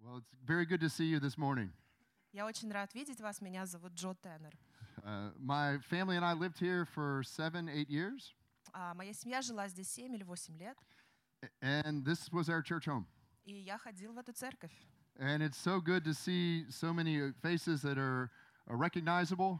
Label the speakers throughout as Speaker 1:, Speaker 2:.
Speaker 1: it's very good to see you this morning.
Speaker 2: Я очень рад видеть вас. Меня зовут Джо Теннер.
Speaker 1: Uh, my family and I lived here for seven, eight years,
Speaker 2: А, Моя семья жила здесь 7 или 8 лет,
Speaker 1: and this was our church home.
Speaker 2: и я ходил в эту церковь.
Speaker 1: And it's so good to see so many uh, faces that are, are recognizable,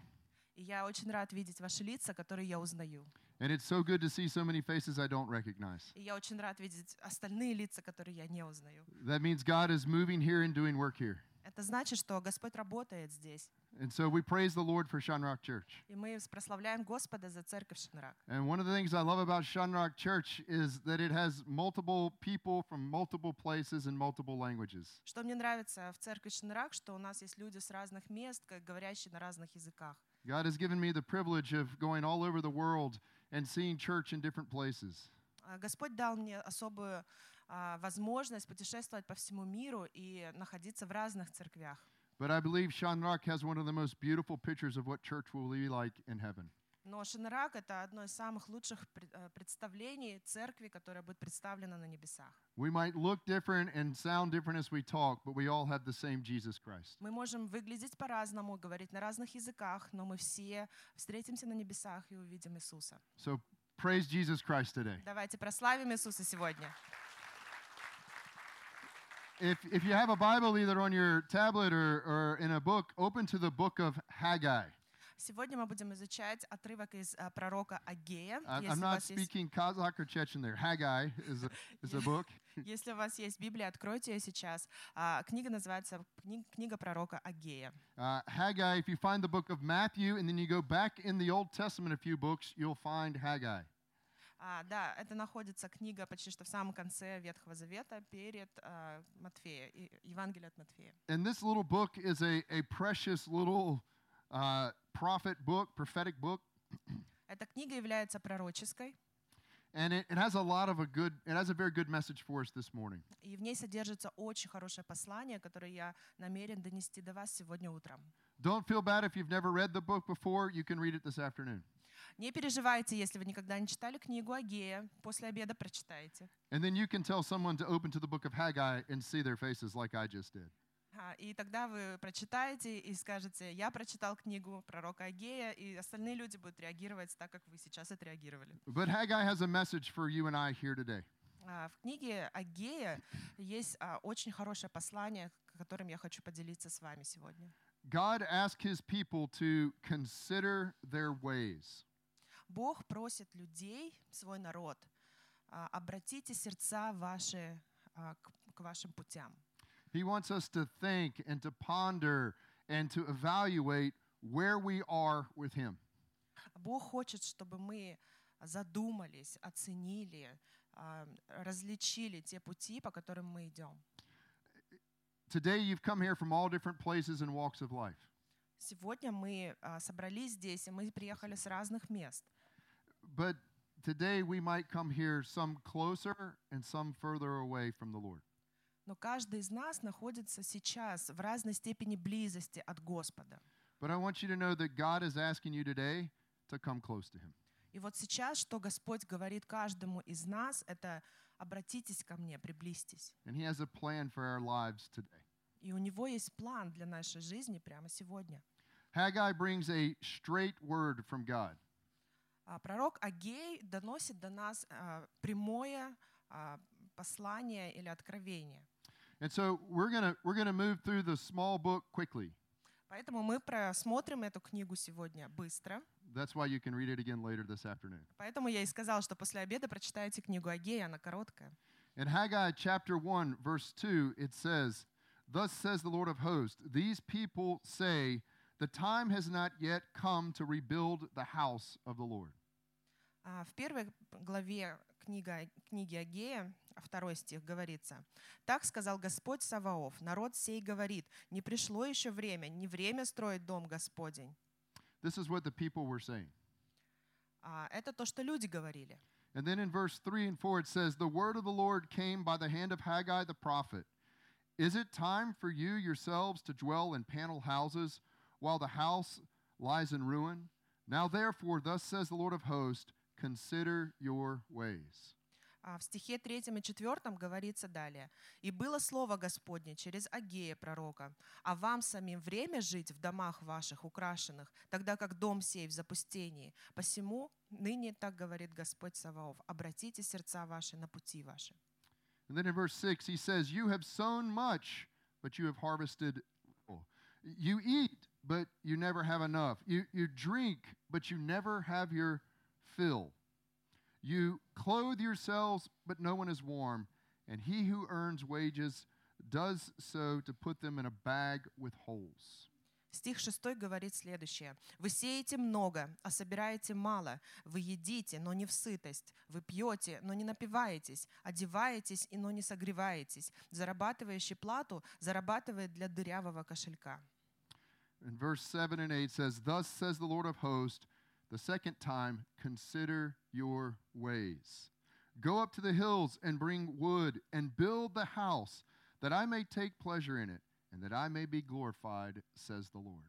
Speaker 2: И я очень рад видеть ваши лица, которые я узнаю.
Speaker 1: and it's so good to see so many faces I don't recognize.
Speaker 2: И я очень рад видеть остальные лица, которые я не узнаю.
Speaker 1: That means God is moving here and doing work here.
Speaker 2: Это значит, что Господь работает здесь.
Speaker 1: And so we praise the Lord for Shanrock Church.
Speaker 2: И мы прославляем Господа за церковь Шинрак.
Speaker 1: And one of the things I love about Shanrock Church is that it has multiple people from multiple places and multiple languages.
Speaker 2: Что мне нравится в церкви Шинрак, что у нас есть люди с разных мест, как говорящие на разных языках.
Speaker 1: God has given me the privilege of going all over the world and seeing church in different places.
Speaker 2: А, Господь дал мне особую а, возможность путешествовать по всему миру и находиться в разных церквях.
Speaker 1: But I believe Shanrock has one of the most beautiful pictures of what church will be like in heaven.
Speaker 2: Но Шинрак — это одно из самых лучших пред- э, представлений церкви, которая будет представлена на небесах.
Speaker 1: We might look different and sound different as we talk, but we all have the same Jesus Christ.
Speaker 2: Мы можем выглядеть по-разному, говорить на разных языках, но мы все встретимся на небесах и увидим Иисуса.
Speaker 1: So praise Jesus Christ today.
Speaker 2: Давайте прославим Иисуса сегодня.
Speaker 1: If, if you have a Bible either on your tablet or, or in a book, open to the book of Haggai.
Speaker 2: Сегодня мы будем изучать отрывок из э, пророка Агея.
Speaker 1: А, I'm,
Speaker 2: Если
Speaker 1: I'm
Speaker 2: у
Speaker 1: not
Speaker 2: вас есть-
Speaker 1: speaking Kazakh or Chechen there. Haggai is a, is a book.
Speaker 2: Если у вас есть Библия, откройте ее сейчас. А, Книга называется «Кни- «Книга пророка Агея».
Speaker 1: Uh, Haggai, if you find the book of Matthew and then you go back in the Old Testament a few books, you'll find Haggai.
Speaker 2: А, да, это находится книга почти что в самом конце Ветхого Завета перед а, Матфея, и- Евангелие от Матфея.
Speaker 1: And this little book is a, a precious little uh, prophet book, prophetic book.
Speaker 2: Эта книга является пророческой,
Speaker 1: And it, it has a lot of a good, it has a very good message for us this morning.
Speaker 2: и в ней содержится очень хорошее послание, которое я намерен донести до вас сегодня утром.
Speaker 1: Don't feel bad if you've never read the book before. You can read it this afternoon.
Speaker 2: Не переживайте, если вы никогда не читали книгу Агея, после обеда прочитайте.
Speaker 1: And then you can tell someone to open to the book of Haggai and see their faces like I just did.
Speaker 2: А, И тогда вы прочитаете и скажете, я прочитал книгу пророка Агея, и остальные люди будут реагировать так, как вы сейчас отреагировали.
Speaker 1: But Haggai has a message for you and I here today.
Speaker 2: А, В книге Агея есть а, очень хорошее послание, к- которым я хочу поделиться с вами сегодня.
Speaker 1: God asked his people to consider their ways.
Speaker 2: Бог просит людей, свой народ, а, обратите сердца ваши а, к, к вашим путям.
Speaker 1: He wants us to think and to ponder and to evaluate where we are with him.
Speaker 2: Бог хочет, чтобы мы задумались, оценили, а, различили те пути, по которым мы идем.
Speaker 1: Today, you've come here from all different places and walks of life.
Speaker 2: Сегодня мы а, собрались здесь, и мы приехали с разных мест.
Speaker 1: But today, we might come here some closer and some further away from the Lord.
Speaker 2: Но каждый из нас находится сейчас в разной степени близости от Господа.
Speaker 1: But I want you to know that God is asking you today to come close to him.
Speaker 2: И вот сейчас, что Господь говорит каждому из нас, это обратитесь ко мне, приблизьтесь.
Speaker 1: And he has a plan for our lives today.
Speaker 2: И у него есть план для нашей жизни прямо сегодня.
Speaker 1: Haggai brings a straight word from God.
Speaker 2: А Пророк Агей доносит до нас а, прямое а, послание или откровение.
Speaker 1: And so we're gonna we're gonna move through the small book quickly.
Speaker 2: Поэтому мы просмотрим эту книгу сегодня быстро.
Speaker 1: That's why you can read it again later this afternoon.
Speaker 2: Поэтому я и сказала, что после обеда прочитайте книгу Агея, она короткая.
Speaker 1: In Haggai chapter 1 verse 2 it says, "Thus says the Lord of hosts, these people say, the time has not yet come to rebuild the house of the Lord."
Speaker 2: А, В первой главе книга, книги Агея, а второй стих, говорится, «Так сказал Господь Саваоф, народ сей говорит, не пришло еще время, не время строить дом Господень».
Speaker 1: This is what the people were saying.
Speaker 2: А, Это то, что люди говорили.
Speaker 1: And then in verse 3 and 4, it says, The word of the Lord came by the hand of Haggai the prophet. Is it time for you yourselves to dwell in panel houses while the house lies in ruin? Now, therefore, thus says the Lord of hosts, consider your ways.
Speaker 2: А в стихе 3 и 4 говорится далее. «И было слово Господне через Агея пророка, а вам самим время жить в домах ваших украшенных, тогда как дом сей в запустении. Посему ныне так говорит Господь Саваоф, обратите сердца ваши на пути ваши».
Speaker 1: And then in verse 6, he says, You have sown much, but you have harvested little. You eat, but you never have enough. You, you drink, but you never have your fill. You clothe yourselves, but no one is warm. And he who earns wages does so to put them in a bag with holes.
Speaker 2: Стих 6 говорит следующее. «Вы сеете много, а собираете мало. Вы едите, но не в сытость. Вы пьете, но не напиваетесь. Одеваетесь, и но не согреваетесь. Зарабатывающий плату зарабатывает для дырявого кошелька».
Speaker 1: And verse 7 and 8 says, Thus says the Lord of hosts, the second time, consider your ways. Go up to the hills and bring wood and build the house, that I may take pleasure in it and that I may be glorified, says the Lord.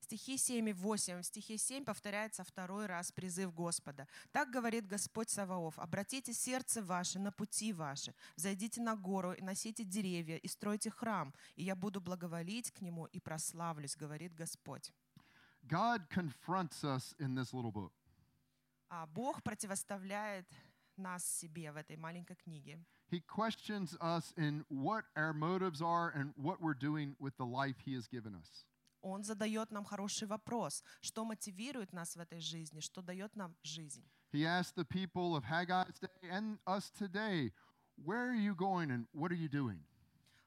Speaker 2: Стихи 7 и 8. В стихе 7 повторяется второй раз призыв Господа. «Так говорит Господь Саваоф, обратите сердце ваше на пути ваши, взойдите на гору и носите деревья, и стройте храм, и я буду благоволить к нему и прославлюсь, говорит Господь».
Speaker 1: God confronts us in this little book.
Speaker 2: А Бог противоставляет нас себе в этой маленькой книге.
Speaker 1: He questions us in what our motives are and what we're doing with the life He has given us.
Speaker 2: Он задает нам хороший вопрос, что мотивирует нас в этой жизни, что дает нам жизнь.
Speaker 1: He asked the people of Haggai's day and us today, Where are you going and what are you doing?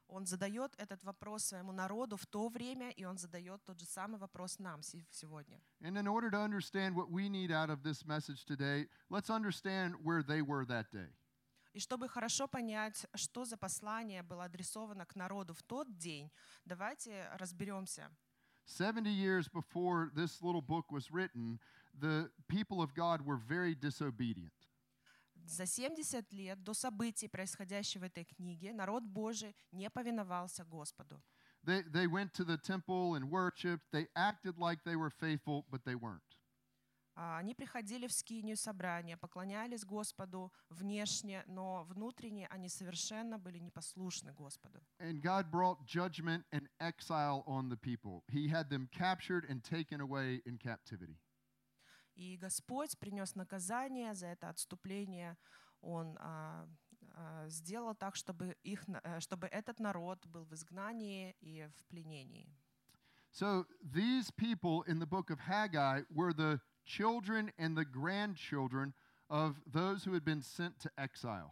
Speaker 2: Он задает этот вопрос своему народу в то время, и он задает тот же самый вопрос нам се- сегодня.
Speaker 1: And in order to understand what we need out of this message today, let's understand where they were that day.
Speaker 2: И чтобы хорошо понять, что за послание было адресовано к народу в тот день, давайте разберемся.
Speaker 1: 70 years before this little book was written, the people of God were very disobedient.
Speaker 2: За 70 лет до событий, происходящих в этой книге, народ Божий не повиновался Господу.
Speaker 1: They, they went to the temple and worshiped. They acted like they were faithful, but they weren't.
Speaker 2: А, Они приходили в скинию собрания, поклонялись Господу внешне, но внутренне они совершенно были непослушны Господу.
Speaker 1: And God brought judgment and exile on the people. He had them captured and taken away in captivity.
Speaker 2: И Господь принес наказание за это отступление. Он а, а, сделал так, чтобы, их, на- э, чтобы этот народ был в изгнании и в пленении.
Speaker 1: So these people in the book of Haggai were the children and the grandchildren of those who had been sent to exile.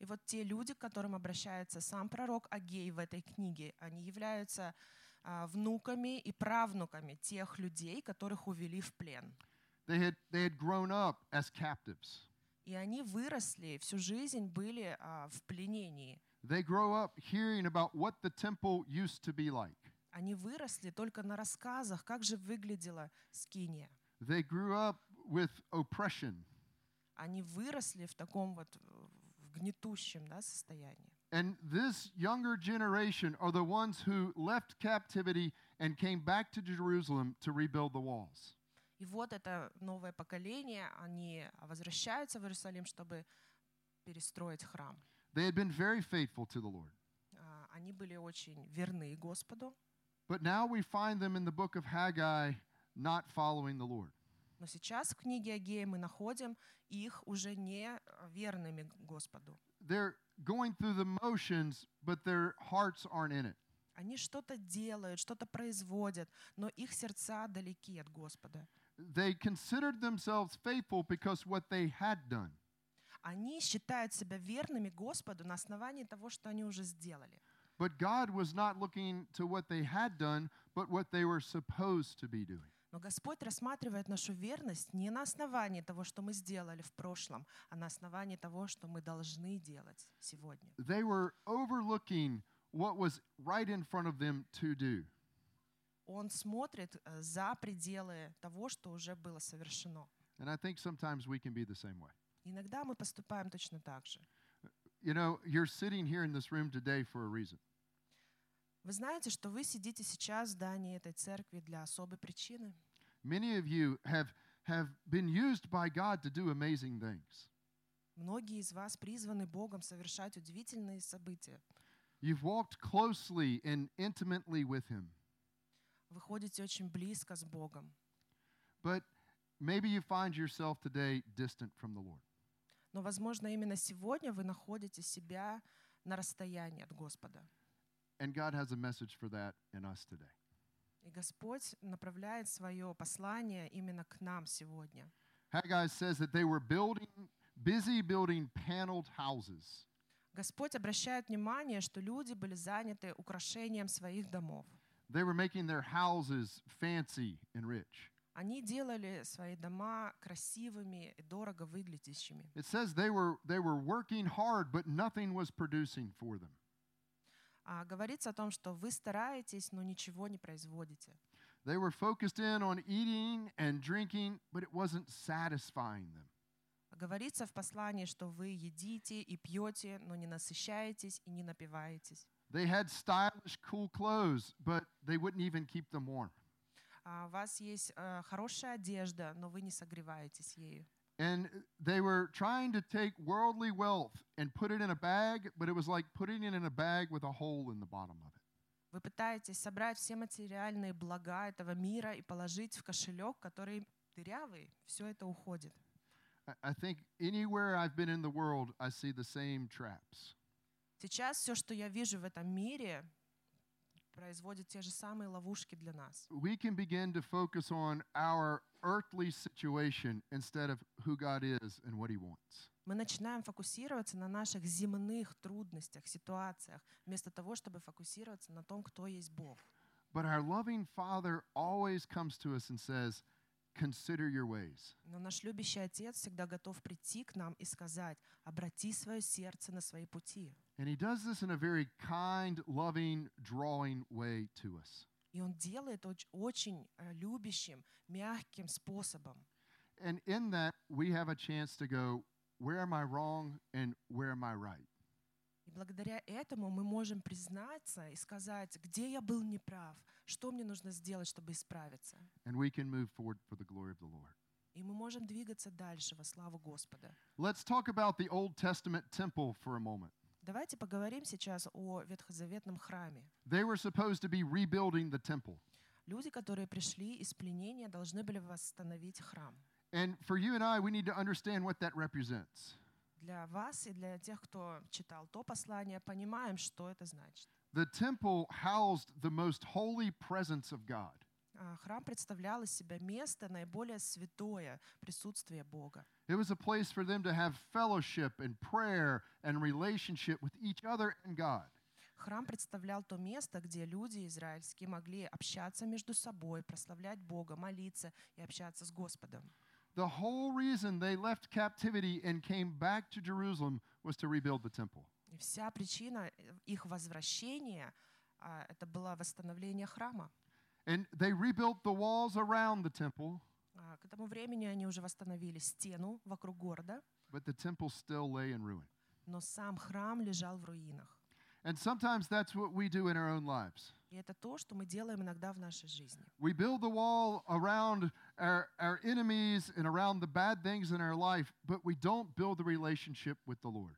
Speaker 2: И вот те люди, к которым обращается сам пророк Агей в этой книге, они являются а, внуками и правнуками тех людей, которых увели в плен.
Speaker 1: They had, they had grown up as captives.
Speaker 2: И они выросли, всю жизнь были а, в пленении.
Speaker 1: They grow up hearing about what the temple used to be like.
Speaker 2: Они выросли только на рассказах, как же выглядела Скиния.
Speaker 1: They grew up with oppression
Speaker 2: Они выросли в таком вот э, в гнетущем да, состоянии.
Speaker 1: And this younger generation are the ones who left captivity and came back to Jerusalem to rebuild the walls.
Speaker 2: И вот это новое поколение, они возвращаются в Иерусалим, чтобы перестроить храм.
Speaker 1: They had been very faithful to the Lord.
Speaker 2: А, Они были очень верны Господу,
Speaker 1: But now we find them in the book of Haggai not following the Lord.
Speaker 2: но сейчас в книге Агея мы находим их уже не э, верными Господу.
Speaker 1: They're going through the motions, but their hearts aren't in it.
Speaker 2: Они что-то делают, что-то производят, но их сердца далеки от Господа.
Speaker 1: They considered themselves faithful because what they had done.
Speaker 2: Они считают себя верными Господу на основании того, что они уже сделали.
Speaker 1: But God was not looking to what they had done, but what they were supposed to be doing.
Speaker 2: Но Господь рассматривает нашу верность не на основании того, что мы сделали в прошлом, а на основании того, что мы должны делать сегодня.
Speaker 1: they were overlooking what was right in front of them to do.
Speaker 2: Он смотрит э, за пределы того, что уже было совершено.
Speaker 1: And I think sometimes we can be the same way.
Speaker 2: Иногда мы поступаем точно так же.
Speaker 1: You know, you're sitting here in this room today for a reason.
Speaker 2: Вы знаете, что вы сидите сейчас в здании этой церкви для особой причины.
Speaker 1: Many of you have have been used by God to do amazing things.
Speaker 2: Многие из вас призваны Богом совершать удивительные события.
Speaker 1: You've walked closely and intimately with Him,
Speaker 2: Вы ходите очень близко с Богом.
Speaker 1: but maybe you find yourself today distant from the Lord.
Speaker 2: Но, возможно, именно сегодня вы находите себя на расстоянии от Господа.
Speaker 1: And God has a message for that in us today.
Speaker 2: И Господь направляет свое послание именно к нам сегодня.
Speaker 1: Haggai says that they were building, busy building paneled houses.
Speaker 2: Господь обращает внимание, что люди были заняты украшением своих домов.
Speaker 1: They were making their houses fancy and rich.
Speaker 2: Они делали свои дома красивыми и дорого выглядящими.
Speaker 1: It says they were they were working hard, but nothing was producing for them.
Speaker 2: А говорится о том, что вы стараетесь, но ничего не производите.
Speaker 1: They were focused in on eating and drinking, but it wasn't satisfying them.
Speaker 2: Говорится в послании, что вы едите и пьете, но не насыщаетесь и не напиваетесь.
Speaker 1: They had stylish, cool clothes, but they wouldn't even keep them warm.
Speaker 2: А у вас есть э, хорошая одежда, но вы не согреваетесь ею.
Speaker 1: And they were trying to take worldly wealth and put it in a bag, but it was like putting it in a bag with a hole in the bottom of it.
Speaker 2: Вы пытаетесь собрать все материальные блага этого мира и положить в кошелек, который дырявый. Все это уходит.
Speaker 1: I- I think anywhere I've been in the world, I see the same traps.
Speaker 2: Сейчас все, что я вижу в этом мире, производит те же самые ловушки для нас.
Speaker 1: We can begin to focus on our earthly situation instead of who God is and what He wants.
Speaker 2: Мы начинаем фокусироваться на наших земных трудностях, ситуациях, вместо того, чтобы фокусироваться на том, кто есть Бог.
Speaker 1: But our loving Father always comes to us and says, Consider your ways.
Speaker 2: Но наш любящий Отец всегда готов прийти к нам и сказать, обрати свое сердце на свои пути.
Speaker 1: And He does this in a very kind, loving, drawing way to us.
Speaker 2: И Он делает оч- очень э, любящим, мягким способом.
Speaker 1: And in that, we have a chance to go, Where am I wrong and where am I right?
Speaker 2: И благодаря этому мы можем признаться и сказать, где я был неправ, что мне нужно сделать, чтобы исправиться.
Speaker 1: And we can move forward for the glory of the Lord.
Speaker 2: И мы можем двигаться дальше во славу Господа.
Speaker 1: Let's talk about the Old Testament temple for a moment.
Speaker 2: Давайте поговорим сейчас о ветхозаветном храме.
Speaker 1: They were supposed to be rebuilding the temple.
Speaker 2: Люди, которые пришли из пленения, должны были восстановить храм.
Speaker 1: And for you and I, we need to understand what that represents.
Speaker 2: Для вас и для тех, кто читал то послание, понимаем, что это значит.
Speaker 1: The temple housed the most holy presence of God.
Speaker 2: А, Храм представлял из себя место наиболее святое присутствие Бога.
Speaker 1: It was a place for them to have fellowship and prayer and relationship with each other and God.
Speaker 2: Храм представлял то место, где люди израильские могли общаться между собой, прославлять Бога, молиться и общаться с Господом.
Speaker 1: The whole reason they left captivity and came back to Jerusalem was to rebuild the temple.
Speaker 2: И вся причина э, их возвращения а, это было восстановление храма.
Speaker 1: And they rebuilt the walls around the temple,
Speaker 2: А, К этому времени они уже восстановили стену вокруг города,
Speaker 1: but the temple still lay in ruin.
Speaker 2: но сам храм лежал в руинах.
Speaker 1: And sometimes that's what we do in our own lives.
Speaker 2: И это то, что мы делаем иногда в нашей жизни.
Speaker 1: We build the wall around our, our enemies and around the bad things in our life, but we don't build the relationship with the Lord.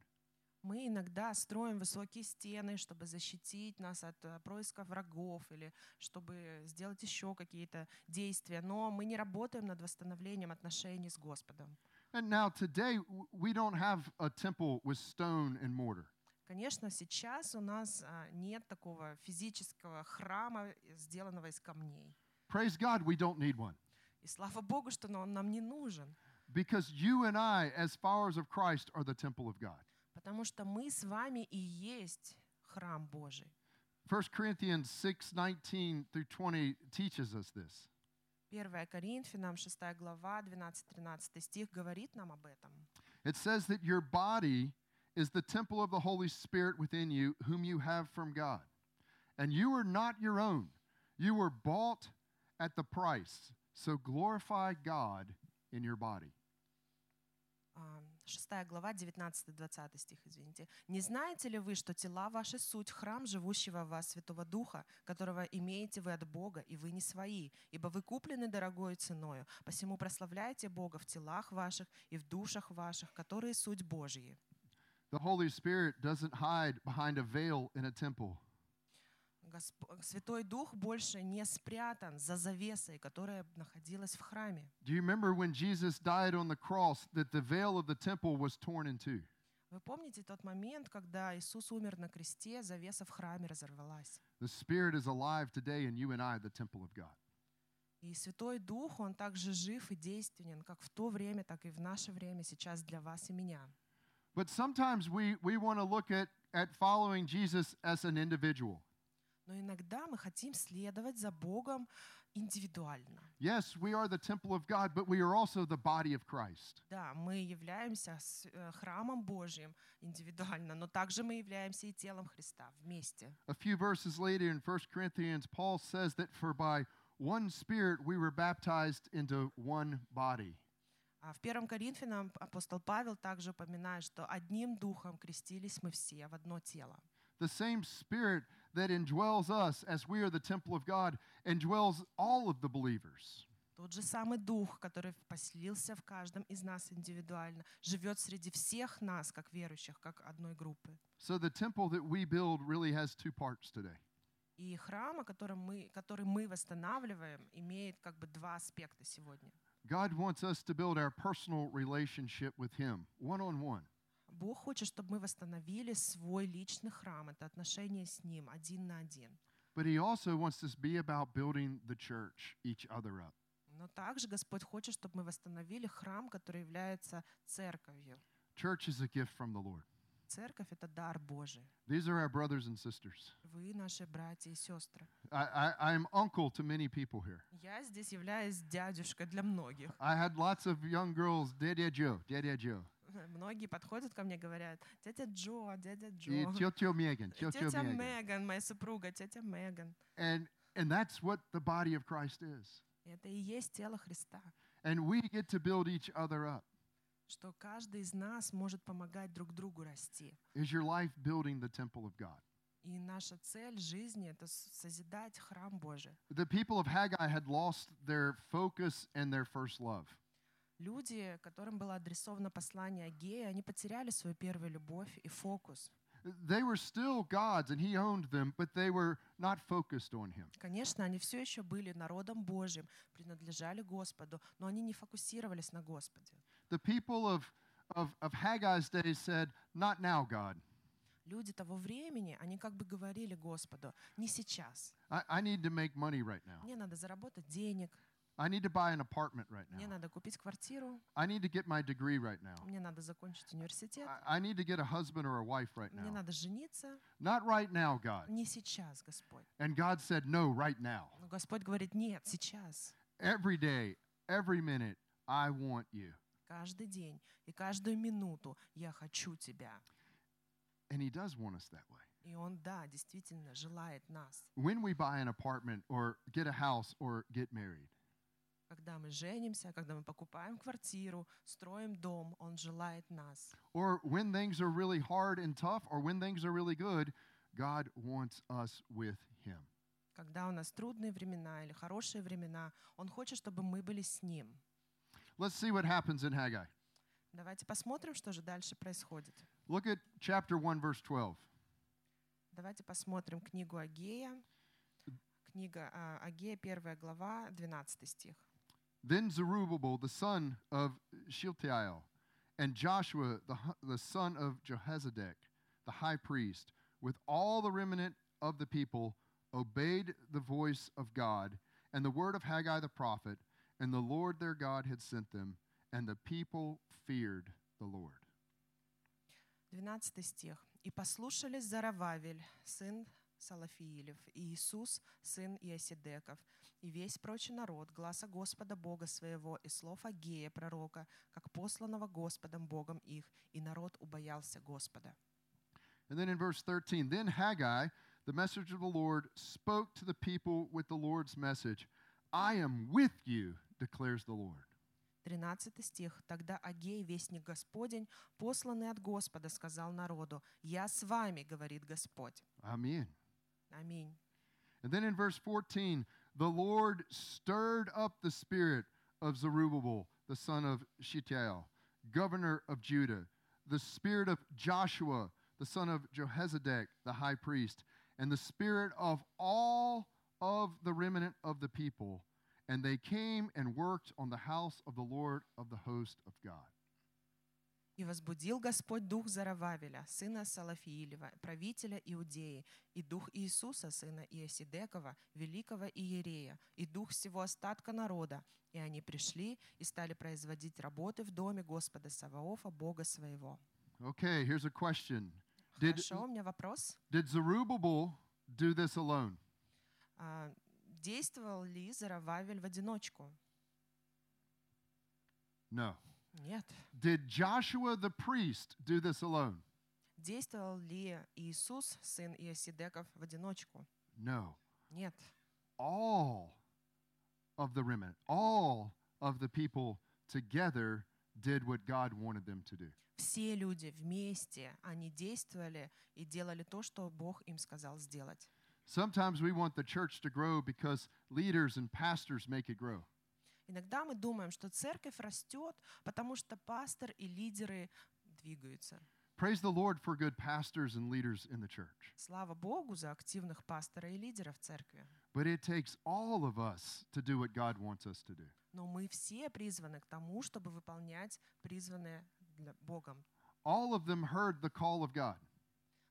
Speaker 2: Мы иногда строим высокие стены, чтобы защитить нас от э, происка врагов или чтобы сделать еще какие-то действия, но мы не работаем над восстановлением отношений с Господом.
Speaker 1: And now, today, w- we don't have a temple with stone and mortar.
Speaker 2: Конечно, сейчас у нас а, нет такого физического храма, э, сделанного из камней.
Speaker 1: Praise God, we don't need one
Speaker 2: И слава Богу, что но- он нам не нужен,
Speaker 1: because you and I, as followers of Christ, are the temple of God.
Speaker 2: потому что мы с вами и есть храм Божий.
Speaker 1: 1 Corinthians 6 19 through 20 teaches us this.
Speaker 2: 1 Коринфянам 6 глава 12-13 стих говорит нам об этом.
Speaker 1: It says that your body is the temple of the Holy Spirit within you, whom you have from God. And you are not your own. You were bought at the price. So glorify God in your body.
Speaker 2: Ам, 6 А, глава, 19-20 стих, извините. «Не знаете ли вы, что тела ваши суть, храм живущего в вас Святого Духа, которого имеете вы от Бога, и вы не свои, ибо вы куплены дорогою ценою, посему прославляйте Бога в телах ваших и в душах ваших, которые суть Божьи».
Speaker 1: The Holy Spirit doesn't hide behind a veil in a temple.
Speaker 2: Госп- Святой Дух больше не спрятан за завесой, которая находилась в храме.
Speaker 1: Do you remember when Jesus died on the cross that the veil of the temple was torn in two?
Speaker 2: Вы помните тот момент, когда Иисус умер на кресте, завеса в храме разорвалась?
Speaker 1: The Spirit is alive today in you and I, the temple of God.
Speaker 2: И Святой Дух, Он также жив и действенен, как в то время, так и в наше время сейчас для вас и меня.
Speaker 1: But sometimes we, we want to look at, at following Jesus as an individual.
Speaker 2: Но иногда мы хотим следовать за Богом индивидуально.
Speaker 1: Yes, we are the temple of God, but we are also the body of Christ.
Speaker 2: Да, мы являемся с- э, храмом Божьим индивидуально, но также мы являемся и телом Христа вместе.
Speaker 1: A few verses later in 1 Corinthians, Paul says that for by one Spirit we were baptized into one body.
Speaker 2: А в 1 Коринфянам апостол Павел также упоминает, что одним духом крестились мы все в одно тело.
Speaker 1: The same Spirit that indwells us as we are the temple of God indwells all of the believers.
Speaker 2: Тот же самый дух, который поселился в каждом из нас индивидуально, живет среди всех нас, как верующих, как одной группы.
Speaker 1: So the temple that we build really has two parts today.
Speaker 2: И храм, о котором мы, который мы восстанавливаем, имеет как бы два аспекта сегодня.
Speaker 1: God wants us to build our personal relationship with Him, one on one.
Speaker 2: Бог хочет, чтобы мы восстановили свой личный храм, это отношение с Ним один на один.
Speaker 1: But He also wants us to be about building the church, each other up.
Speaker 2: Но также Господь хочет, чтобы мы восстановили храм, который является церковью.
Speaker 1: Church is a gift from the Lord.
Speaker 2: Церковь — это дар Божий.
Speaker 1: These are our brothers and sisters.
Speaker 2: Вы наши братья и сестры.
Speaker 1: I, I, I'm uncle to many people here.
Speaker 2: Я здесь являюсь дядюшкой для многих.
Speaker 1: I had lots of young girls, Dede Joe, Dede Joe,
Speaker 2: Многие подходят ко мне и говорят, тетя Джо, дядя
Speaker 1: и
Speaker 2: Джо,
Speaker 1: Tio Megan, Tio
Speaker 2: тетя
Speaker 1: Megan.
Speaker 2: Меган, моя супруга, тетя Меган.
Speaker 1: And, and that's what the body of Christ is.
Speaker 2: Это и есть тело Христа,
Speaker 1: And we get to build each other up.
Speaker 2: что каждый из нас может помогать друг другу расти.
Speaker 1: Is your life building the temple of God?
Speaker 2: И наша цель жизни — это с- созидать храм Божий.
Speaker 1: The people of Haggai had lost their focus and their first love.
Speaker 2: Люди, которым было адресовано послание Гея, они потеряли свою первую любовь и фокус.
Speaker 1: They were still God's and He owned them, but they were not focused on Him.
Speaker 2: Конечно, они все еще были народом Божьим, принадлежали Господу, но они не фокусировались на Господе.
Speaker 1: The people of, of, of Haggai's day said, Not now, God.
Speaker 2: Люди того времени, они как бы говорили Господу, не сейчас.
Speaker 1: I, I need to make money right now.
Speaker 2: Мне надо заработать денег,
Speaker 1: I need to buy an apartment right
Speaker 2: мне
Speaker 1: now.
Speaker 2: надо купить квартиру,
Speaker 1: I need to get my degree right now.
Speaker 2: мне надо закончить университет,
Speaker 1: I, I need to get a husband or a wife right
Speaker 2: мне
Speaker 1: now.
Speaker 2: надо жениться.
Speaker 1: Not right now, God.
Speaker 2: Не сейчас, Господь.
Speaker 1: And God said, No, right now.
Speaker 2: Но Господь говорит, нет, сейчас.
Speaker 1: Every day, every minute, I want you.
Speaker 2: Каждый день и каждую минуту я хочу тебя.
Speaker 1: And He does want us that way.
Speaker 2: И Он, да, действительно желает нас.
Speaker 1: When we buy an apartment or get a house or get married,
Speaker 2: Когда мы женимся, когда мы покупаем квартиру, строим дом, Он желает нас.
Speaker 1: or when things are really hard and tough, or when things are really good, God wants us with Him.
Speaker 2: Когда у нас трудные времена или хорошие времена, Он хочет, чтобы мы были с Ним.
Speaker 1: Let's see what happens in Haggai.
Speaker 2: Давайте посмотрим, что же дальше происходит.
Speaker 1: Look at chapter 1, verse 12.
Speaker 2: Давайте посмотрим книгу Агея. Книга а, Агея, первая глава, 12 стих.
Speaker 1: Then Zerubbabel, the son of Shealtiel, and Joshua, the, hu- the son of Jehozadak, the high priest, with all the remnant of the people, obeyed the voice of God and the word of Haggai the prophet, and the Lord their God had sent them, and the people feared the Lord.
Speaker 2: 12 стих. «И послушались Зарававель, сын Салафиилев, и Иисус, сын Иосидеков, и весь прочий народ, гласа Господа Бога своего и слов Агея, пророка, как посланного Господом Богом их, и народ убоялся Господа».
Speaker 1: And then in verse 13, then Haggai, the messenger of the Lord, spoke to the people with the Lord's message I am with you, declares the Lord.
Speaker 2: 13 стих. «Тогда Агей, вестник Господень, посланный от Господа, сказал народу, «Я с вами, говорит Господь».
Speaker 1: Amen.
Speaker 2: Аминь.
Speaker 1: And then in verse 14, the Lord stirred up the spirit of Zerubbabel, the son of Shealtiel, governor of Judah, the spirit of Joshua, the son of Jehozadak, the high priest, and the spirit of all of the remnant of the people. And they came and worked on the house of the Lord of the host of God.
Speaker 2: «И возбудил Господь дух Зарававеля, сына Салафиилева, правителя Иудеи, и дух Иисуса, сына Иосидекова, великого Иерея, и дух всего остатка народа. И они пришли и стали производить работы в доме Господа Саваофа, Бога своего».
Speaker 1: Okay, here's a question Did,
Speaker 2: Хорошо, у меня вопрос.
Speaker 1: did Zerubbabel do this alone?
Speaker 2: А, Действовал ли Зарававель в одиночку?
Speaker 1: No.
Speaker 2: Нет.
Speaker 1: Did Joshua the priest do this alone?
Speaker 2: Действовал ли Иисус, сын Иосидеков, в одиночку?
Speaker 1: No.
Speaker 2: Нет.
Speaker 1: All of the remnant, all of the people together did what God wanted them to do.
Speaker 2: Все люди вместе, они действовали и делали то, что Бог им сказал сделать.
Speaker 1: Sometimes we want the church to grow because leaders and pastors make it grow.
Speaker 2: Иногда мы думаем, что церковь растет, потому что пастор и лидеры двигаются.
Speaker 1: Praise the Lord for good pastors and leaders in the church.
Speaker 2: Слава Богу за активных пастора и лидеров церкви.
Speaker 1: But it takes all of us to do what God wants us to do.
Speaker 2: Но мы все призваны к тому, чтобы выполнять призванное для Богом,
Speaker 1: All of them heard the call of God.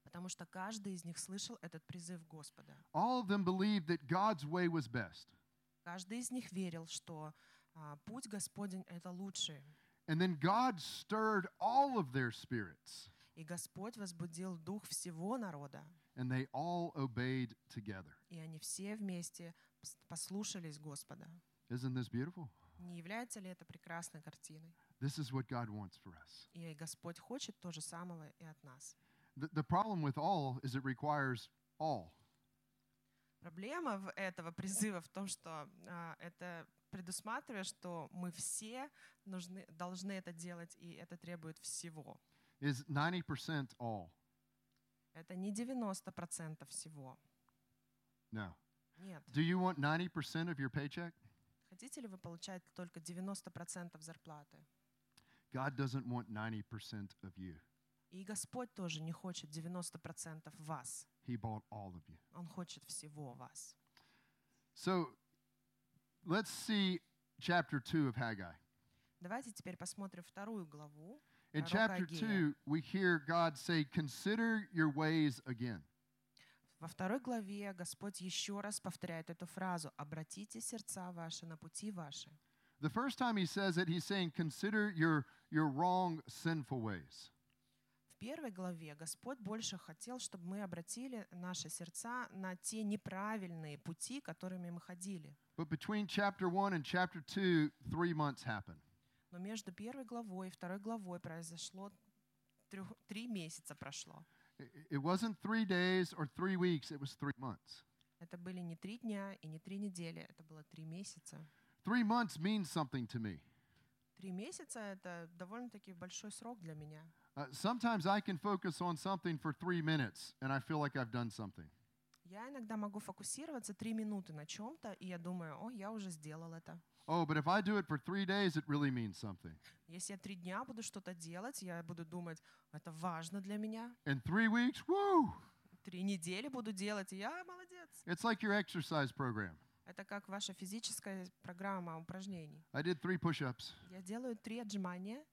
Speaker 2: потому что каждый из них слышал этот призыв Господа.
Speaker 1: All of them believed that God's way was best.
Speaker 2: Каждый из них верил, что а, путь Господень — это лучший.
Speaker 1: And then God stirred all of their spirits,
Speaker 2: И Господь возбудил дух всего народа,
Speaker 1: and they all obeyed together.
Speaker 2: и они все вместе пс- послушались Господа.
Speaker 1: Isn't this beautiful?
Speaker 2: Не является ли это прекрасной картиной?
Speaker 1: This is what God wants for us.
Speaker 2: И Господь хочет то же самого и от нас.
Speaker 1: The, the problem with all is it requires all.
Speaker 2: Проблема в этого призыва в том, что а, это предусматривает, что мы все нужны, должны это делать, и это требует всего.
Speaker 1: Is 90% all?
Speaker 2: Это не 90% всего.
Speaker 1: No.
Speaker 2: Нет.
Speaker 1: Do you want 90% of your paycheck?
Speaker 2: Хотите ли вы получать только 90% зарплаты?
Speaker 1: God doesn't want 90% of you.
Speaker 2: И Господь тоже не хочет 90% вас.
Speaker 1: He bought all of you.
Speaker 2: Он хочет всего вас.
Speaker 1: So let's see chapter 2 of Haggai.
Speaker 2: Давайте теперь посмотрим вторую главу.
Speaker 1: In
Speaker 2: Пророка
Speaker 1: chapter
Speaker 2: Агея.
Speaker 1: 2, we hear God say, Consider your ways again.
Speaker 2: Во второй главе Господь еще раз повторяет эту фразу «Обратите сердца ваши на пути ваши».
Speaker 1: The first time he says it, he's saying, Consider your, your wrong, sinful ways.
Speaker 2: В первой главе Господь больше хотел, чтобы мы обратили наши сердца на те неправильные пути, которыми мы ходили.
Speaker 1: But between chapter 1 and chapter 2, three months happen.
Speaker 2: Но между первой главой и второй главой произошло трёх- три месяца прошло.
Speaker 1: I- It wasn't three days or three weeks, it was three months.
Speaker 2: Это были не три дня и не три недели, это было три месяца.
Speaker 1: Three months means something to me.
Speaker 2: Три месяца — это довольно-таки большой срок для меня.
Speaker 1: Uh, sometimes I can focus on something for three minutes and I feel like I've done something.
Speaker 2: Я иногда могу фокусироваться три минуты на чем-то, и я думаю, о, я уже сделал это.
Speaker 1: Oh, but if I do it for three days, it really means something.
Speaker 2: Если я три дня буду что-то делать, я буду думать, это важно для меня.
Speaker 1: In three weeks, woo!
Speaker 2: Три недели буду делать, и я молодец.
Speaker 1: It's like your exercise program.
Speaker 2: Это как ваша физическая программа упражнений.
Speaker 1: I did three push ups,
Speaker 2: Я делаю три отжимания.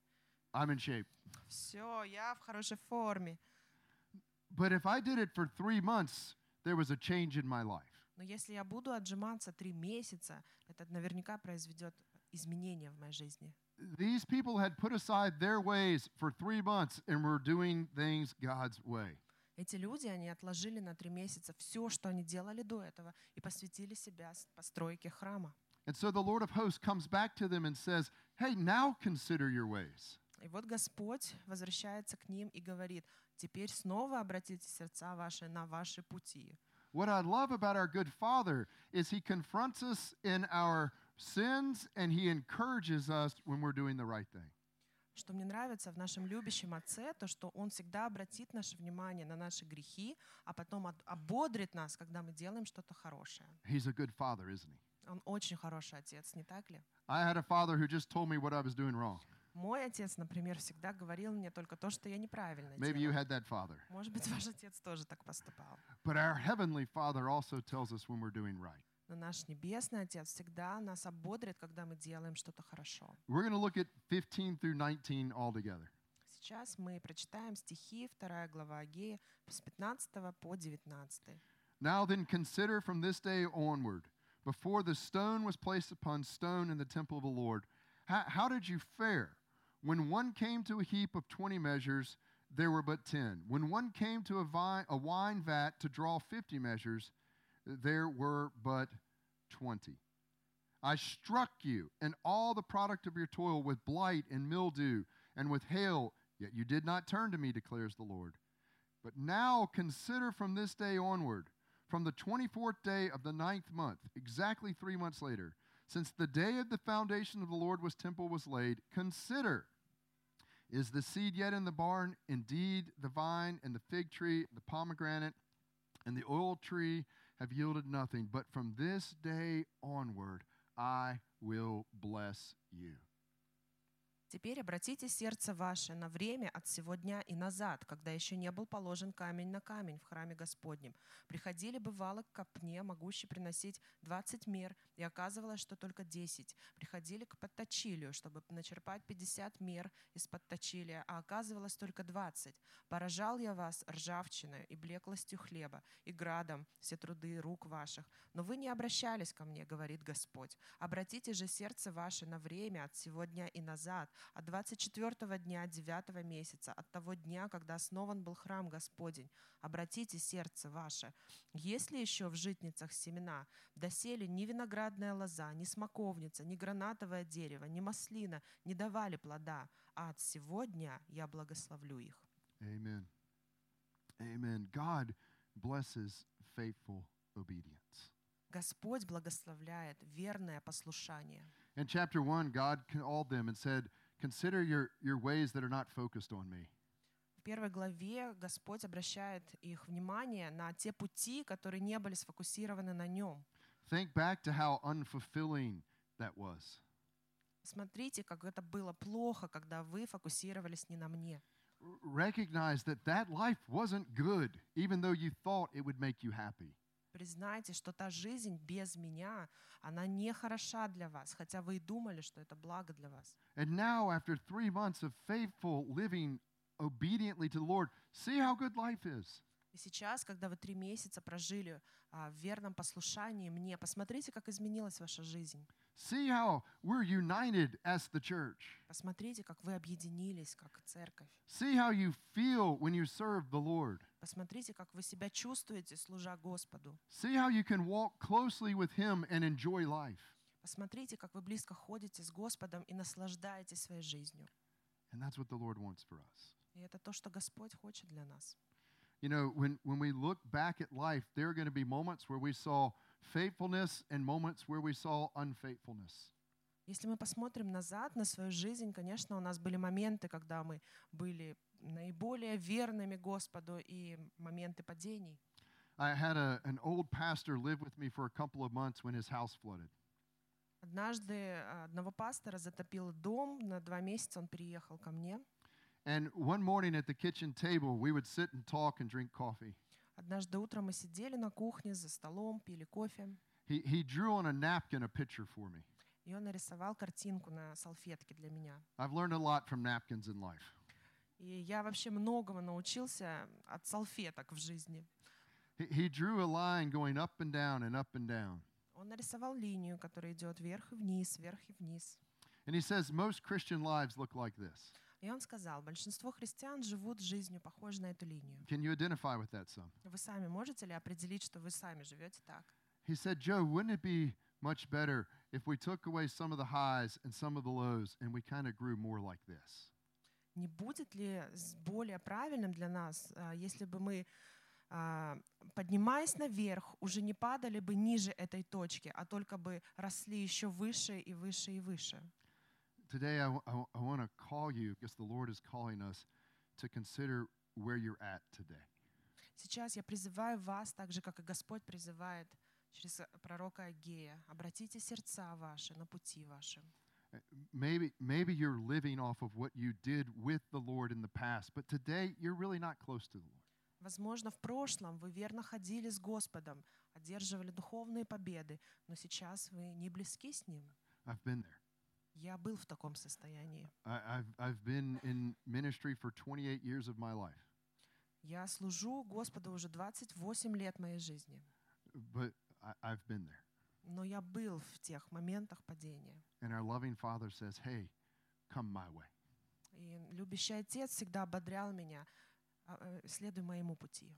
Speaker 1: I'm in shape.
Speaker 2: Все, я в хорошей форме.
Speaker 1: But if I did it for three months, there was a change in my life.
Speaker 2: Но если я буду отжиматься три месяца, это наверняка произведет изменения в моей жизни.
Speaker 1: These people had put aside their ways for three months and were doing things God's way.
Speaker 2: Эти люди, они отложили на три месяца все, что они делали до этого, и посвятили себя с- постройке храма.
Speaker 1: And so the Lord of hosts comes back to them and says, Hey, now consider your ways.
Speaker 2: И вот Господь возвращается к ним и говорит, теперь снова обратите сердца ваши на ваши пути.
Speaker 1: What I love about our good Father is he confronts us in our sins and he encourages us when we're doing the right thing.
Speaker 2: Что мне нравится в нашем любящем отце, то, что он всегда обратит наше внимание на наши грехи, а потом от- ободрит нас, когда мы делаем что-то хорошее.
Speaker 1: He's a good father, isn't he?
Speaker 2: Он очень хороший отец, не так ли?
Speaker 1: I had a father who just told me what I was doing wrong.
Speaker 2: Мой отец, например, всегда говорил мне только то, что я неправильно
Speaker 1: Maybe you
Speaker 2: делаю.
Speaker 1: had that father.
Speaker 2: Может быть, ваш отец тоже так поступал.
Speaker 1: But our heavenly father also tells us when we're doing right.
Speaker 2: Но наш Небесный Отец всегда нас ободрит, когда мы делаем что-то хорошо.
Speaker 1: We're going to look at 15 through 19 all together.
Speaker 2: Сейчас мы прочитаем стихи 2 глава Агея с 15 по 19.
Speaker 1: Now then, consider from this day onward, before the stone was placed upon stone in the temple of the Lord, how, how did you fare? When one came to a heap of 20 measures, there were but 10. When one came to a, vine, a wine vat to draw 50 measures, there were but 20. I struck you and all the product of your toil with blight and mildew and with hail, yet you did not turn to me, declares the Lord. But now consider from this day onward, from the 24th day of the ninth month, exactly three months later, since the day of the foundation of the Lord was temple was laid, consider is the seed yet in the barn? Indeed, the vine and the fig tree, the pomegranate and the oil tree have yielded nothing, but from this day onward I will bless you.
Speaker 2: «Теперь обратите сердце ваше на время от сего дня и назад, когда еще не был положен камень на камень в храме Господнем. Приходили бывало к копне, могущей приносить 20 мер, и оказывалось, что только 10. Приходили к подточилию, чтобы начерпать 50 мер из подточилия, а оказывалось только 20. Поражал я вас ржавчиной и блеклостью хлеба, и градом все труды рук ваших. Но вы не обращались ко мне, говорит Господь. Обратите же сердце ваше на время от сегодня и назад, от 24 дня 9 месяца, от того дня, когда основан был храм Господень. Обратите сердце ваше. Есть ли еще в житницах семена? Досели ни виноградная лоза, ни смоковница, ни гранатовое дерево, ни маслина не давали плода, а от сегодня я благословлю их.
Speaker 1: Amen. Amen. God blesses faithful obedience.
Speaker 2: Господь благословляет верное послушание.
Speaker 1: In chapter 1, God called them and said, Consider your, your ways that are not focused on me.
Speaker 2: В первой главе Господь обращает их внимание на те пути, которые не были сфокусированы на нем.
Speaker 1: Think back to how unfulfilling that was.
Speaker 2: Смотрите, как это было плохо, когда вы фокусировались не на мне.
Speaker 1: R- recognize that that life wasn't good, even though you thought it would make you happy.
Speaker 2: Признайте, что та жизнь без меня, она не хороша для вас, хотя вы и думали, что это благо для вас.
Speaker 1: And now, after three months of faithful living obediently to the Lord, see how good life is.
Speaker 2: И сейчас, когда вы три месяца прожили а, в верном послушании мне, посмотрите, как изменилась ваша жизнь.
Speaker 1: See how we're united as the church.
Speaker 2: Посмотрите, как вы объединились, как церковь.
Speaker 1: See how you feel when you serve the Lord.
Speaker 2: Посмотрите, как вы себя чувствуете, служа Господу.
Speaker 1: See how you can walk closely with Him and enjoy life.
Speaker 2: Посмотрите, как вы близко ходите с Господом и наслаждаетесь своей жизнью.
Speaker 1: And that's what the Lord wants for us.
Speaker 2: И это то, что Господь хочет для нас.
Speaker 1: You know, when, when we look back at life, there are going to be moments where we saw faithfulness and moments where we saw unfaithfulness.
Speaker 2: Если мы посмотрим назад на свою жизнь, конечно, у нас были моменты, когда мы были наиболее верными Господу и моменты падений.
Speaker 1: I had a, an old pastor live with me for a couple of months when his house flooded.
Speaker 2: Однажды а, одного пастора затопил дом, на два месяца он переехал ко мне.
Speaker 1: And one morning at the kitchen table, we would sit and talk and drink coffee.
Speaker 2: Однажды утром мы сидели на кухне за stolом, пили кофе,
Speaker 1: He, he drew on a napkin a picture for me.
Speaker 2: и он нарисовал картинку на салфетке для меня.
Speaker 1: I've learned a lot from napkins in life.
Speaker 2: И я вообще многому научился от салфеток в жизни.
Speaker 1: He, he drew a line going up and down and up and down.
Speaker 2: Он нарисовал линию, которая идет вверх и вниз, вверх и вниз.
Speaker 1: And he says, Most Christian lives look like this.
Speaker 2: И он сказал, большинство христиан живут жизнью, похожей на эту линию.
Speaker 1: Can you identify with that some?
Speaker 2: Вы сами можете ли определить, что вы сами живете так?
Speaker 1: He said, Joe, wouldn't it be much better if we took away some of the highs and some of the lows and we kind of grew more like this?
Speaker 2: Не будет ли с- более правильным для нас, а, если бы мы а, поднимаясь наверх, уже не падали бы ниже этой точки, а только бы росли еще выше и выше и выше.
Speaker 1: Today, I, want to call you, because the Lord is calling us, to consider where you're at today.
Speaker 2: Сейчас я призываю вас, так же, как и Господь призывает через пророка Агея, обратите сердца ваши на пути ваши.
Speaker 1: Uh, Maybe, maybe you're living off of what you did with the Lord in the past, but today you're really not close to the Lord.
Speaker 2: Возможно, в прошлом вы верно ходили с Господом, одерживали духовные победы, но сейчас вы не близки с Ним.
Speaker 1: I've been there.
Speaker 2: Я был в таком состоянии.
Speaker 1: I, I've, I've been in ministry for 28 years of my life,
Speaker 2: Я служу Господу уже 28 лет моей жизни,
Speaker 1: but I, I've been there.
Speaker 2: но я был в тех моментах падения.
Speaker 1: And our loving Father says, Hey, come my way.
Speaker 2: И любящий Отец всегда ободрял меня, «А, э, следуй моему пути.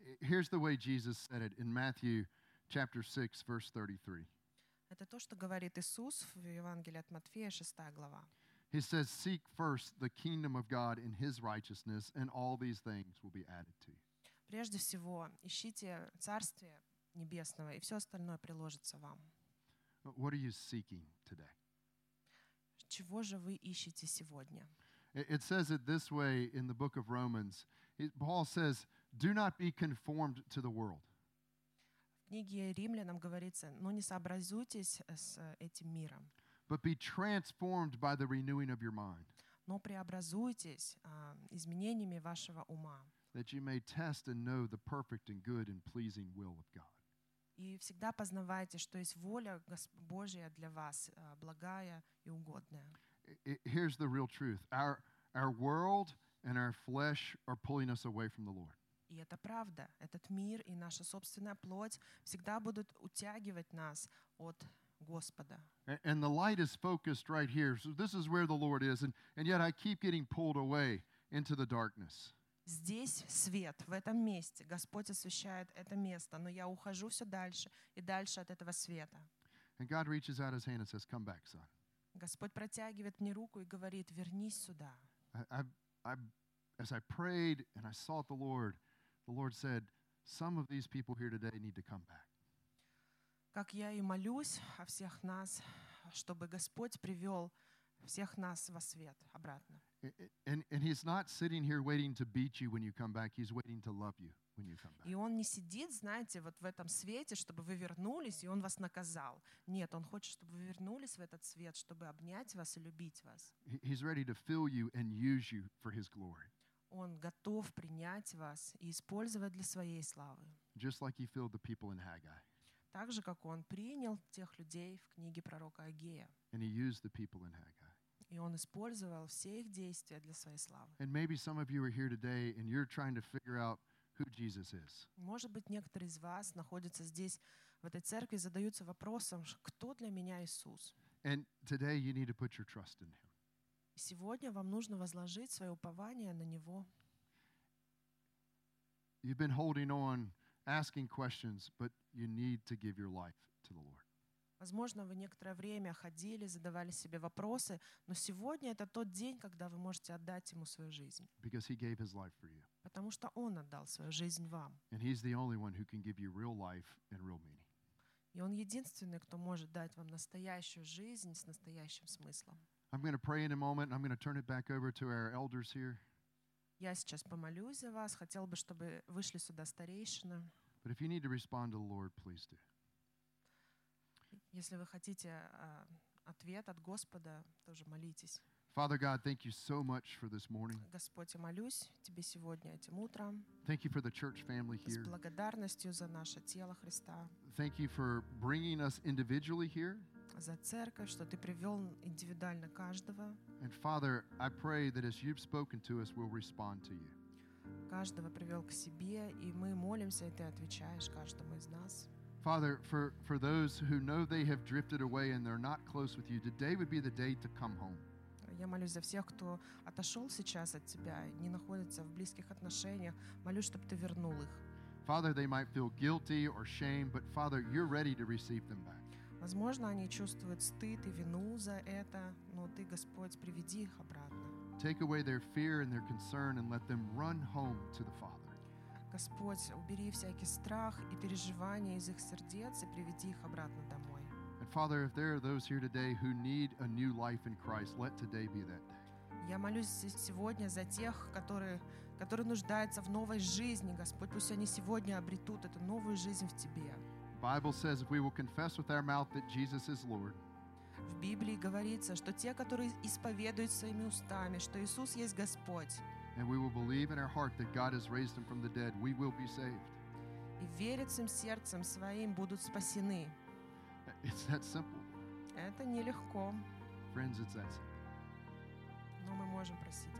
Speaker 1: I- Here's the way Jesus said it in Matthew chapter 6, verse 33.
Speaker 2: Это то, что говорит Иисус в Евангелии от Матфея, 6 глава.
Speaker 1: He says, Seek first the kingdom of God and his righteousness, and all these things will be added to you.
Speaker 2: Прежде всего, ищите Царствие Небесного, и все остальное приложится вам.
Speaker 1: But What are you seeking today?
Speaker 2: Чего же вы ищете сегодня?
Speaker 1: It it says it this way in the book of Romans. It- Paul says, Do not be conformed to the world.
Speaker 2: В книге Римлянам говорится, но не сообразуйтесь с этим миром,
Speaker 1: but be transformed by the renewing of your mind,
Speaker 2: но преобразуйтесь а, изменениями вашего ума.
Speaker 1: that you may test and know the perfect and good and pleasing will of God.
Speaker 2: И всегда познавайте, что есть воля Гос- Божья для вас, а, благая и угодная.
Speaker 1: I- I- here's the real truth our, our world and our flesh are pulling us away from the Lord.
Speaker 2: И это правда. Этот мир и наша собственная плоть всегда будут утягивать нас от Господа.
Speaker 1: A- And the light is focused right here. So this is where the Lord is. And, and yet I keep getting pulled away into the darkness.
Speaker 2: Здесь свет, в этом месте. Господь освещает это место, но я ухожу все дальше и дальше от этого света.
Speaker 1: And God reaches out his hand and says, Come back, son.
Speaker 2: Господь протягивает мне руку и говорит, вернись сюда.
Speaker 1: I, I, I, as I prayed and I sought the Lord, the Lord said, Some of these people here today need to come back.
Speaker 2: Как я и молюсь о всех нас, чтобы Господь привел всех нас во свет обратно.
Speaker 1: A- a- And, and he's not sitting here waiting to beat you when you come back. He's waiting to love you when you come
Speaker 2: И
Speaker 1: back.
Speaker 2: Он не сидит, знаете, вот в этом свете, чтобы вы вернулись, и Он вас наказал. Нет, Он хочет, чтобы вы вернулись в этот свет, чтобы обнять вас и любить вас.
Speaker 1: He- He's ready to fill you and use you for his glory,
Speaker 2: Он готов принять вас и использовать для своей славы.
Speaker 1: just like he filled the people in Haggai
Speaker 2: Так же, как Он принял тех людей в книге пророка Агея.
Speaker 1: and he used the people in Haggai.
Speaker 2: И Он использовал все их действия для своей славы.
Speaker 1: And maybe some of you are here today and you're trying to figure out who Jesus is.
Speaker 2: Может быть, некоторые из вас находятся здесь, в этой церкви, и задаются вопросом, ш- кто для меня Иисус?
Speaker 1: And today you need to put your trust in him.
Speaker 2: И сегодня вам нужно возложить свое упование на Него.
Speaker 1: You've been holding on, asking questions, but you need to give your life to the Lord.
Speaker 2: Возможно, вы некоторое время ходили, задавали себе вопросы, но сегодня это тот день, когда вы можете отдать Ему свою жизнь,
Speaker 1: because he gave his life for you.
Speaker 2: потому что Он отдал свою жизнь вам.
Speaker 1: And he's the only one who can give you real life and real meaning.
Speaker 2: И Он единственный, кто может дать вам настоящую жизнь с настоящим смыслом.
Speaker 1: I'm going to pray in a moment and I'm going to turn it back over to our elders here.
Speaker 2: Я сейчас помолюсь за вас, хотел бы, чтобы вышли сюда старейшины.
Speaker 1: But if you need to respond to the Lord, please do.
Speaker 2: Если вы хотите а, ответ от Господа, тоже молитесь.
Speaker 1: Father God, thank you so much for this morning.
Speaker 2: Господь, я молюсь Тебе сегодня, этим утром,
Speaker 1: Thank you for the church family
Speaker 2: с
Speaker 1: here.
Speaker 2: благодарностью за наше тело Христа,
Speaker 1: Thank you for bringing us individually here.
Speaker 2: за церковь, что Ты привел индивидуально каждого,
Speaker 1: And Father, I pray that as you've spoken to us, we'll respond to you.
Speaker 2: каждого привел к себе, и мы молимся, и Ты отвечаешь каждому из нас.
Speaker 1: Father, for, for those who know they have drifted away and they're not close with you, today would be the day to come home.
Speaker 2: Я молюсь за всех, кто отошел сейчас от Тебя, и не находится в близких отношениях. Молюсь, чтобы Ты вернул их.
Speaker 1: Father, they might feel guilty or shame, but Father, you're ready to receive them back.
Speaker 2: Возможно, они чувствуют стыд и вину за это, но Ты, Господь, приведи их обратно.
Speaker 1: Take away their fear and their concern and let them run home to the Father.
Speaker 2: Господь, убери всякий страх и переживания из их сердец и приведи их обратно домой.
Speaker 1: And Father, if there are those here today who need a new life in Christ, let today be that day.
Speaker 2: Я молюсь се- сегодня за тех, которые, которые нуждаются в новой жизни, Господь. Пусть они сегодня обретут эту новую жизнь в Тебе.
Speaker 1: The Bible says if we will confess with our mouth that Jesus is Lord
Speaker 2: В Библии говорится, что те, которые исповедуют своими устами, что Иисус есть Господь,
Speaker 1: and we will believe in our heart that God has raised him from the dead, we will be saved.
Speaker 2: и верят всем сердцем своим, будут спасены.
Speaker 1: It's that simple.
Speaker 2: Это нелегко,
Speaker 1: Friends, it's that simple.
Speaker 2: но мы можем просить.